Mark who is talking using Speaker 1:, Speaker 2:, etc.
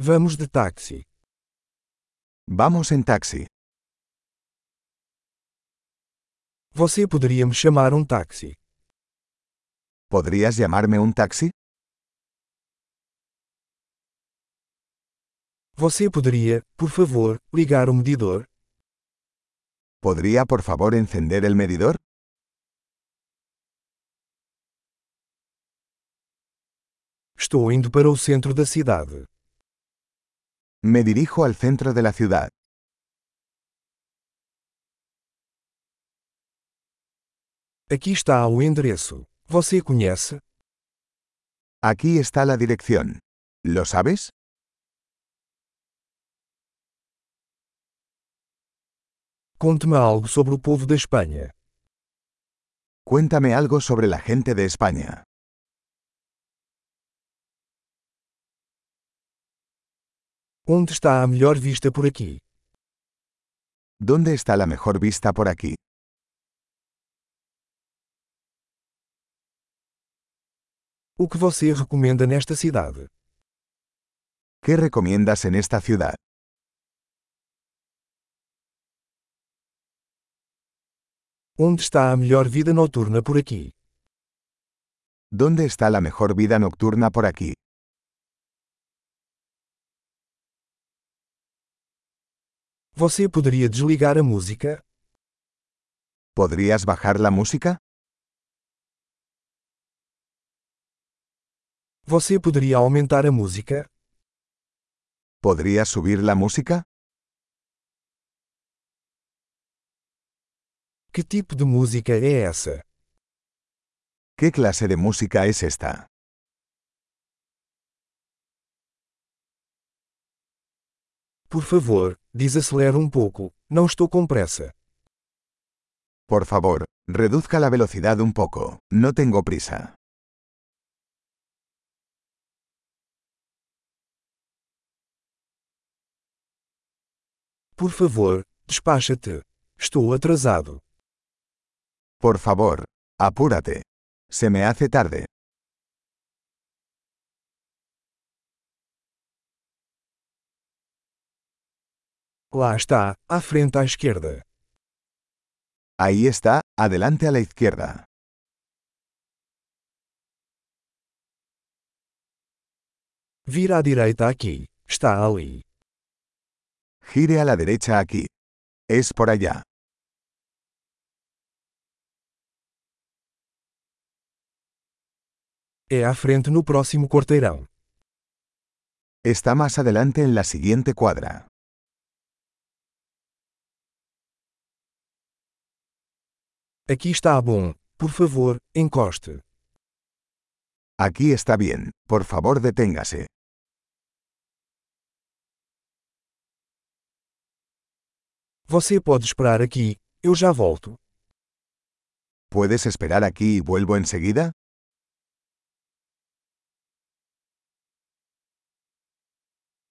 Speaker 1: Vamos de táxi.
Speaker 2: Vamos en taxi.
Speaker 1: Você poderia me chamar um táxi?
Speaker 2: ¿Podrías llamarme un taxi?
Speaker 1: Você poderia, por favor, ligar o medidor?
Speaker 2: ¿Podría por favor encender el medidor?
Speaker 1: Estou indo para o centro da cidade.
Speaker 2: Me dirijo al centro de la ciudad.
Speaker 1: Aqui está o endereço. Você conhece?
Speaker 2: Aquí está la dirección. ¿Lo sabes?
Speaker 1: Conte-me algo sobre o povo da Espanha.
Speaker 2: Cuéntame algo sobre la gente de España.
Speaker 1: Onde está a melhor vista por aqui?
Speaker 2: ¿Dónde está la mejor vista por aquí?
Speaker 1: O que você recomenda nesta cidade?
Speaker 2: ¿Qué recomiendas en esta ciudad?
Speaker 1: Onde está a melhor vida noturna por aqui?
Speaker 2: ¿Dónde está la mejor vida nocturna por aquí?
Speaker 1: Você poderia desligar a música?
Speaker 2: ¿Podrías bajar la música?
Speaker 1: Você poderia aumentar a música?
Speaker 2: ¿Podrías subir la música?
Speaker 1: Que tipo de música é essa?
Speaker 2: ¿Qué clase de música es esta?
Speaker 1: Por favor, desacelere um pouco. Não estou com pressa.
Speaker 2: Por favor, reduzca la velocidad un poco. No tengo prisa.
Speaker 1: Por favor, despacha-te. Estou atrasado.
Speaker 2: Por favor, apúrate. Se me hace tarde.
Speaker 1: Lá está, à frente à esquerda.
Speaker 2: Ahí está, adelante a la izquierda.
Speaker 1: Vira à direita aqui. Está ali.
Speaker 2: Gire a la derecha aquí. Es por allá.
Speaker 1: É à frente no próximo quarteirão.
Speaker 2: Está más adelante en la siguiente cuadra.
Speaker 1: Aqui está bom. Por favor, encoste.
Speaker 2: Aquí está bien. Por favor, deténgase.
Speaker 1: Você pode esperar aqui. Eu já volto.
Speaker 2: ¿Puedes esperar aquí y vuelvo enseguida?